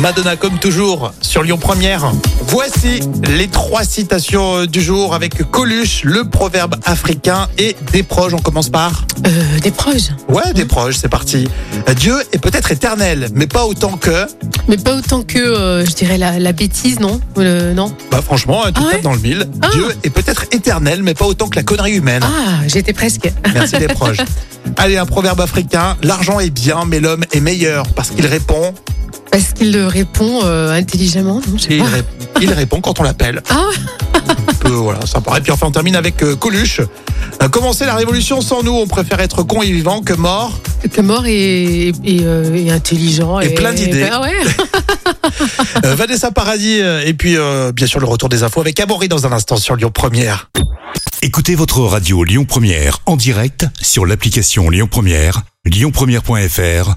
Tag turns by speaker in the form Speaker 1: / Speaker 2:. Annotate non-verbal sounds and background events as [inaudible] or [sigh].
Speaker 1: Madonna, comme toujours, sur Lyon Première. Voici les trois citations euh, du jour avec Coluche, le proverbe africain et des proches. On commence par
Speaker 2: Euh, des proches,
Speaker 1: Ouais, des proches, c'est parti. Dieu est peut-être éternel, mais pas autant que.
Speaker 2: mais pas autant que, euh, je dirais, la, la bêtise, non Euh, Non.
Speaker 1: Bah, franchement, tout
Speaker 2: Ah
Speaker 1: tape
Speaker 2: ouais
Speaker 1: dans le mille.
Speaker 2: Ah.
Speaker 1: Dieu est peut-être éternel, mais pas autant que la connerie humaine.
Speaker 2: Ah, j'étais presque.
Speaker 1: Merci des
Speaker 2: [laughs]
Speaker 1: proches. Allez, un proverbe africain. L'argent est bien, mais l'homme est meilleur parce qu'il répond.
Speaker 2: Parce qu'il euh, répond euh, intelligemment, non je sais
Speaker 1: Et il,
Speaker 2: pas.
Speaker 1: ré- il répond quand on l'appelle.
Speaker 2: Ah.
Speaker 1: Un peu, voilà, sympa. Et puis enfin, on termine avec euh, Coluche. Euh, commencer la révolution sans nous, on préfère être con et vivant que mort.
Speaker 2: Que mort est, est, euh, est intelligent.
Speaker 1: euh, Et plein d'idées.
Speaker 2: Ah ouais.
Speaker 1: Euh, Vanessa Paradis, euh, et puis euh, bien sûr le retour des infos avec Amaury dans un instant sur Lyon Première.
Speaker 3: Écoutez votre radio Lyon Première en direct sur l'application Lyon Première, lyonpremière.fr